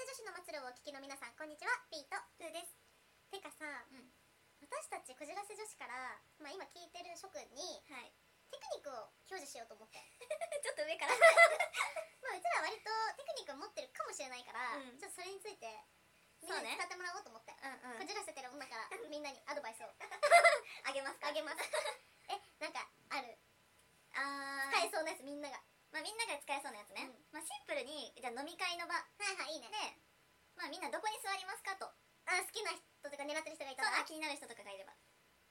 聞きの皆さんこんにちはピートルーですてかさうん私たちくじらせ女子から、まあ、今聞いてる諸君にはいテクニックを享受しようと思って ちょっと上から まあうちらは割とテクニックを持ってるかもしれないから、うんちょっとそれについてみんそうなにね使ってもらおうと思って、うんこじらせてる女からみんなにアドバイスを あげますかあげます えなんかあるあ使えーそうなやつみんながはまあみんなが使えそうなやつね、うんまあシンプルにじゃあ飲み会の場いはいいいでねまあみんなどこに座りますかとあ好きな人とか狙ってる人がいたそうあら気になる人とかがいれば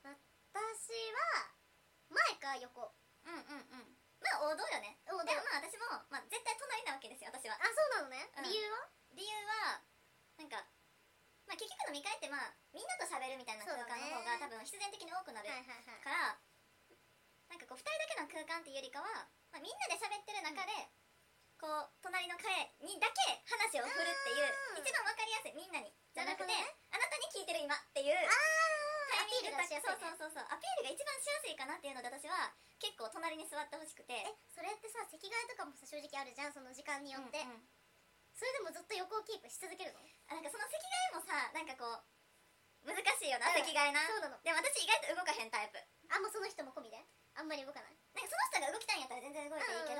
私は前か横うんうんうんまあ王道よね王道でもまあ私も、まあ、絶対隣なわけですよ私はあそうなのね、うん理由は理由はなんか、まあ、結局飲み会ってまあみんなと喋るみたいな空間の方がそ多分必然的に多くなるはいはいから、なんかこう2人だけの空間っていうよりかは、まあ、みんなで喋ってる中で、こう隣の彼にだけ話を振るっていうあー一番わかりやすいみんなにじゃなくてなるほどねあなたに聞いてる今っていうタタイミングだしやすい、ね、そうそうそうそうアピールが一番しやすいかなっていうので私は結構隣に座ってほしくてえそれってさ席替えとかもさ正直あるじゃんその時間によって、うんうんそれでもずっと横をキープし続けるのあなんかその席替えもさなんかこう難しいよな、うん席替えなそうなのでも私意外と動かへんタイプあんまその人も込みであんまり動かないなんかその人が動きたいんやったら全然動いていいけうど、ん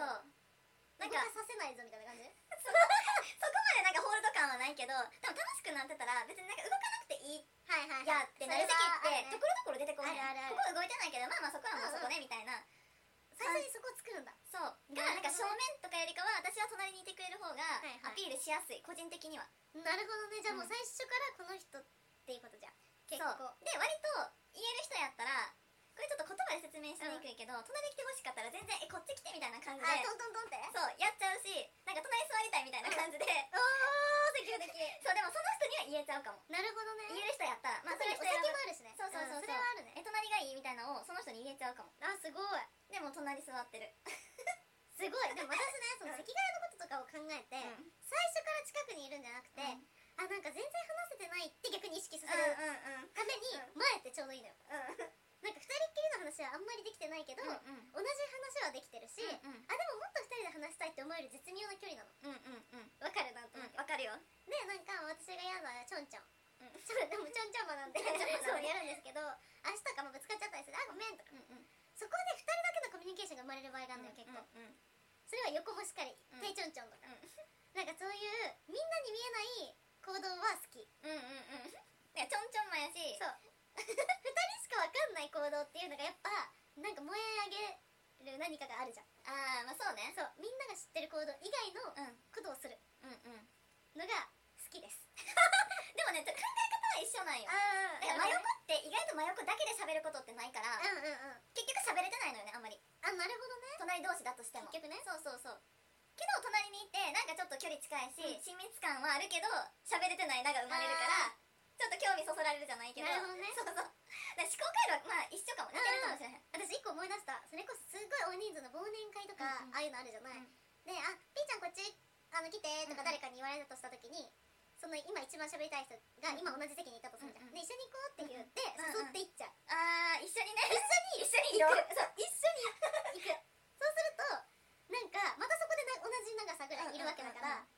なん動かかさせないぞみたいな感じそこまでなんかホールド感はないけどでも楽しくなってたら別になんか動かなくていいはいはいやってなる時っそれはあてるねところどころ出てこないあるあるあるここ動いてないけどまあまあそこはもうそこねみたいな、最初にそこを作るんだそうがななんるほどねか正面とかよりかは私は隣にいてくれる方がいはいアピールしやすい個人的にはなるほどねじゃあもううん最初からこの人っていうことじゃん結そう構で割と言える人やったらこれちょっと言葉で説明しにくいけど、隣に来てほしかったら全然えこっち来てみたいな感あじでトントントンってそうやっちゃうしなんか隣座りたいみたいな感じで、おお積極的そうでもその人には言えちゃうかもなるほどね言える人やったらままああそそれれおは酒もあ人選ぶるしねそうそうそうそうんそれはあるねえ隣がいいみたいなのをその人に言えちゃうかもあすごいでも隣座って るすごいでも私ねその席替えのこととかを考えて、うん最初から近くにいるんじゃなくて、うんあなんか全然話せてないって逆に意識させうんるうんためにう前ってちょうどいいのようなんんか2人っきりの話はあんまりできてないけど、うんうん同じ話はできてるし、うんうんあでももっと2人で話したいって思える絶妙な距離なのうんうんうんわかるなんとなく、わかるよでなんか私が嫌なちょんち ょん うんちょんでもちょんちょんまなん でちょんちょんまやるんですけど足とかもぶつかっちゃったりするあごめんとかうんうんそこで2人だけのコミュニケーションが生まれる場合があるのよ結構、うんうんそれは横欲しかりうん手ちょんちょんとか、うんなんかそういうみんなに見えない行動は好きうんうんうんねちょんちょんまやしそう2人しか分かんない行動っていうのがやっぱなんか燃え上げる何かがあるじゃんああまあそうねそうみんなが知ってる行動以外のうんことをするうんうんのが好きですでもねちょ考え方は一緒なんよあだから真横って意外と真横だけで喋ることってないからうんうんうん結局喋れてないのよねあんまりあなるほどね隣同士だとしても結局ねそうそうそうけど隣にいてなんかちょっと距離近いうし、ん親密感はあるけど喋れてないなが生まれるからちょっと興味そそられるじゃないけどなるほどねそうそうだから思考回路はまあ一緒かも似てるかもしれへん私一個思い出したそれこそすごい大人数の忘年会とか、うんうああんいうのあるじゃない、うんで「あピーちゃんこっちあの来て」とかうんう誰んかに言われたとした時にその今一番喋りたい人が今同じ席にいたとするじゃん、うんうんで一緒に行こうって言ってうんうん誘っていっちゃう、あー一緒にね一緒に一緒に行行くくそう一緒に行くそうするとなんかまたそこでな同じ長さぐらいいるわけだから、なんか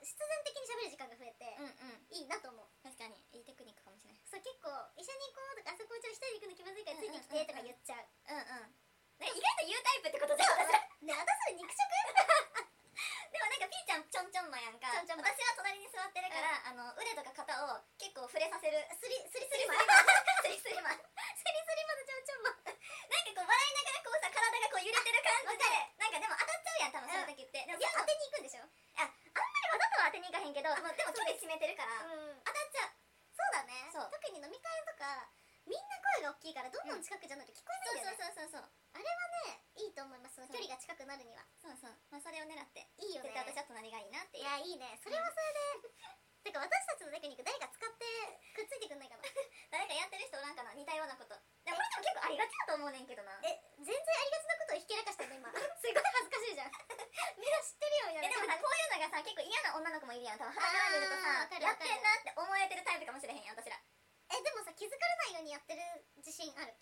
必然的に喋る時間が増えて、うんうんいいなと思う確かにいいテクニックかもしれないそう結構一緒に行こうとかあそこちょっと一人で行くの気まずいからついてきてとか言っちゃう,、うんうん意外と言うタイプってことじゃん私ね私それ肉食でもなんかピーちゃんちょんちょんまやんかちょんちょんま私は隣に座ってるから、あの腕とか肩を結構触れさせるすりすりすスりリスリまマでス リスリマすンりすりまでちょんちょんまなんかこう笑いながらこうさ体がこう揺れてる感じでなんかでも当たっちゃうやん多分そういう時って、いでもや当てに行くんでしょああんまりわざとは当てにいかへんけどまあでも距離詰めてるからうん当たっちゃうそうだねそう特に飲み会とかみんな声が大きいからどんどん近くじゃないと聞こえないんだよね、そうそうそうそうあれはねいいと思いますそのそう距離が近くなるにはそうそうまあそれを狙っていいよね絶対私は隣がいいなっていいうやいいねそれはそれで、てか私たちのテクニック誰か使ってくっついてくんないかな誰かやってる人おらんかな似たようなことでもこれでも結構ありがちだと思うねんけどなええ全然ありがちなことをひけらかしたね 今すごい恥ずかしいじゃんみんな知ってるよみたでいもなさこういうのがさ結構嫌な女の子もいるやん多分肌から見るとあーわさかるやわっかてるんなって思えてるタイプかもしれへんやん私らえでもさ気づかれないようにやってる自信ある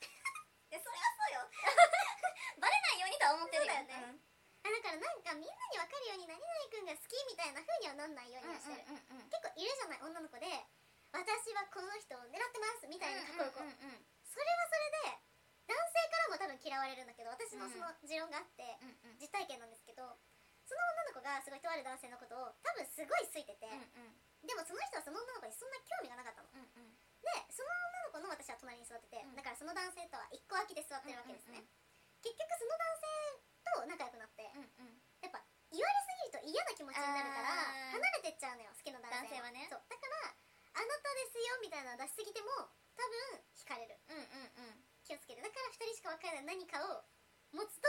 いやそれはそうよ バレないようにとは思ってるよそうだよねあだからなんかみんなに分かるように何々くんが好きみたいな風にはなんないよううにんうんはしてる、うんうん結構いるじゃない女の子で「私はこの人を狙ってます」みたいにかっこよく、うんうんうんそれはそれで男性からも多分嫌われるんだけど私のその持論があって、うんうん実体験なんですけどその女の子がすごいとある男性のことを多分すごい好いてて、うでもその人はその女の子にそんな興味がなかったのんうんうんうんでその女の子の私は隣に座ってて、うんだからその男性とは一個空きで座ってるわけですね、うん結局その男性と仲良くなって、うんうんやっぱ言われすぎると嫌な気持ちになるからあー離れてっちゃうのよ好きな男性男性はねそうだからあなたですよみたいなの出しすぎても多分惹かれるうんうんうん気をつけてだから2人しか分からない何かを持つと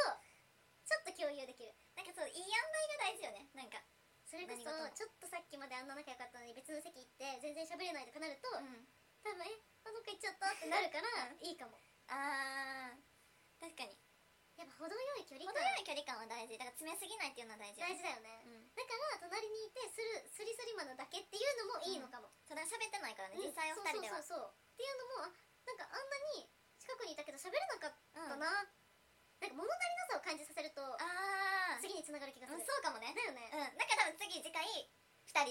ちょっと共有できるなんかそういい塩梅が大事よねなんかそれこそち何事もょっとさっきまであんな仲良かったのに別の席行って全然喋れないとかなると、ん多分えあそこ行っちゃったってなるからいいかもあー確かにやっぱ程よい距離程感よい距離感は大事だから詰めすぎないっていうのは大事大事だだよね、うんだから隣にいてするスリスリマンのだけっていうのもいいのかも、そうだから喋ってないからうんね実際は2人ではそうそうそうそうっていうのもあなんかあんなに近くにいたけど喋れなかったな、うんなんか物足りなさを感じさせるとあー次につながる気がすうんる、そうかもねだよね、うんだから多分次次回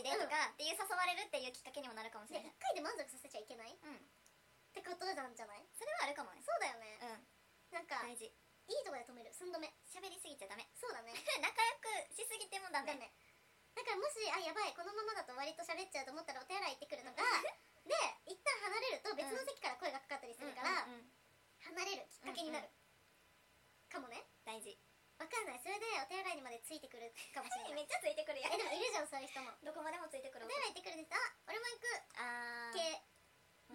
2人でとかっていう誘われるっていうきっかけにもなるかもしで1れない回で満足させちゃいけないっうんてことなんじゃないそれはあるかもねそうだよね、うんなんか、い、大事いとこで止める寸止め喋りすぎちゃダメそうだね仲良くしすぎてもダダメメだからもしあやばいこのままだと割と喋っちゃうと思ったらお手洗い行ってくるとかで一旦離れると別の席から声がかかったりすうんるから、うんうん離れるきっかけになる、かもね大事わかんないそれでお手洗いにまでついてくるかもしれないめっちゃついてくるや えでんもいるじゃんそういう人もどこまでもついてくおる手洗い行ってくるんですあ俺も行くあ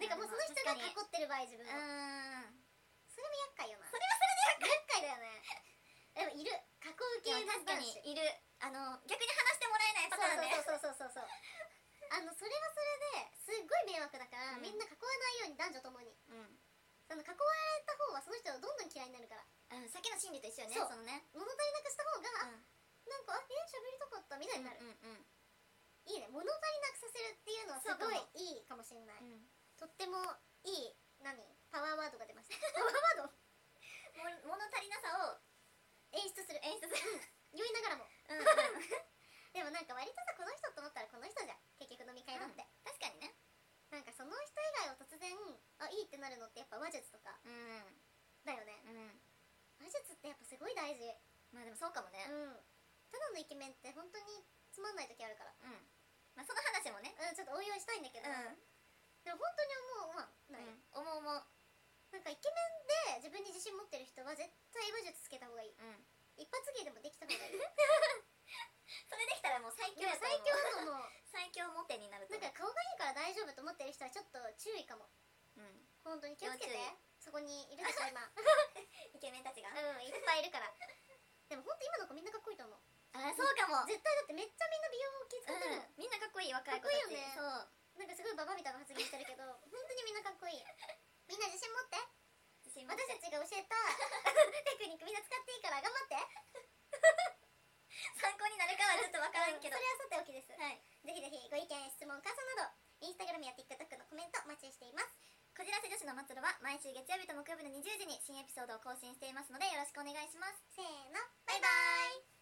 系ーてかもうその人が囲ってる場合自分うは、んそれも厄介よなそれはそれで厄介だよね でもいる囲う系男系確かに子いるあの逆に話してもらえないパターンねそうそうそうそうそうそうあのそれはそれですっごい迷惑だから、うんみんな囲わないように男女ともにうんその囲われた方はその人がどんどん嫌いになるからうんさっきの心理と一緒よねそうのね物足りなくした方うが、あんなんかあえ喋りたかったみたいになる、うんうんいいね物足りなくさせるっていうのはすごいそういいかもしれない、うんとってもいい何パワーワードが出ました パワーワードも物足りなさを演出する演出す る酔いながらもうんうんでもなんか割とさこの人と思ったらこの人じゃん結局飲み会だって、確かにねなんかその人以外を突然あいいってなるのってやっぱ話術とかうんだよねうん話術ってやっぱすごい大事まあでもそうかもねうんただのイケメンって本当につまんない時あるからうんまあその話もねうんちょっとおいおいしたいんだけど、うんでも本当に思うまあない、うん思う思うなんかイケメンで自分に自信持ってる人は絶対話術つけた方がいいうん一発芸でもできた方がいいでもそれできたらもう最強やと最思う強だと思う 最強モテになるとなん思うか顔がいいから大丈夫と思ってる人はちょっと注意かもうん本当に気をつけて要注意そこにいるでしょ 今うイケメンたちがんいっぱいいるからでも本当今の子みんなかっこいいと思う あそうかも絶対だってめっちゃみんな美容を気う遣ってるもんん、みんなかっこいい若い子たかっちこいいよねそうなんかすごいババアみたいな発言してる けど本当にみんなかっこいいみんな自信持って自信持っ私てたちが教えた テクニックみんな使っていいから頑張って参考になるかはちょっとわからんけうそどれはさておきです、はいぜひぜひご意見質問感想などインスタグラムや TikTok のコメントお待ちしていますこじらせ女子の末路は毎週月曜日と木曜日の20時に新エピソードを更新していますのでよろしくお願いしますせーの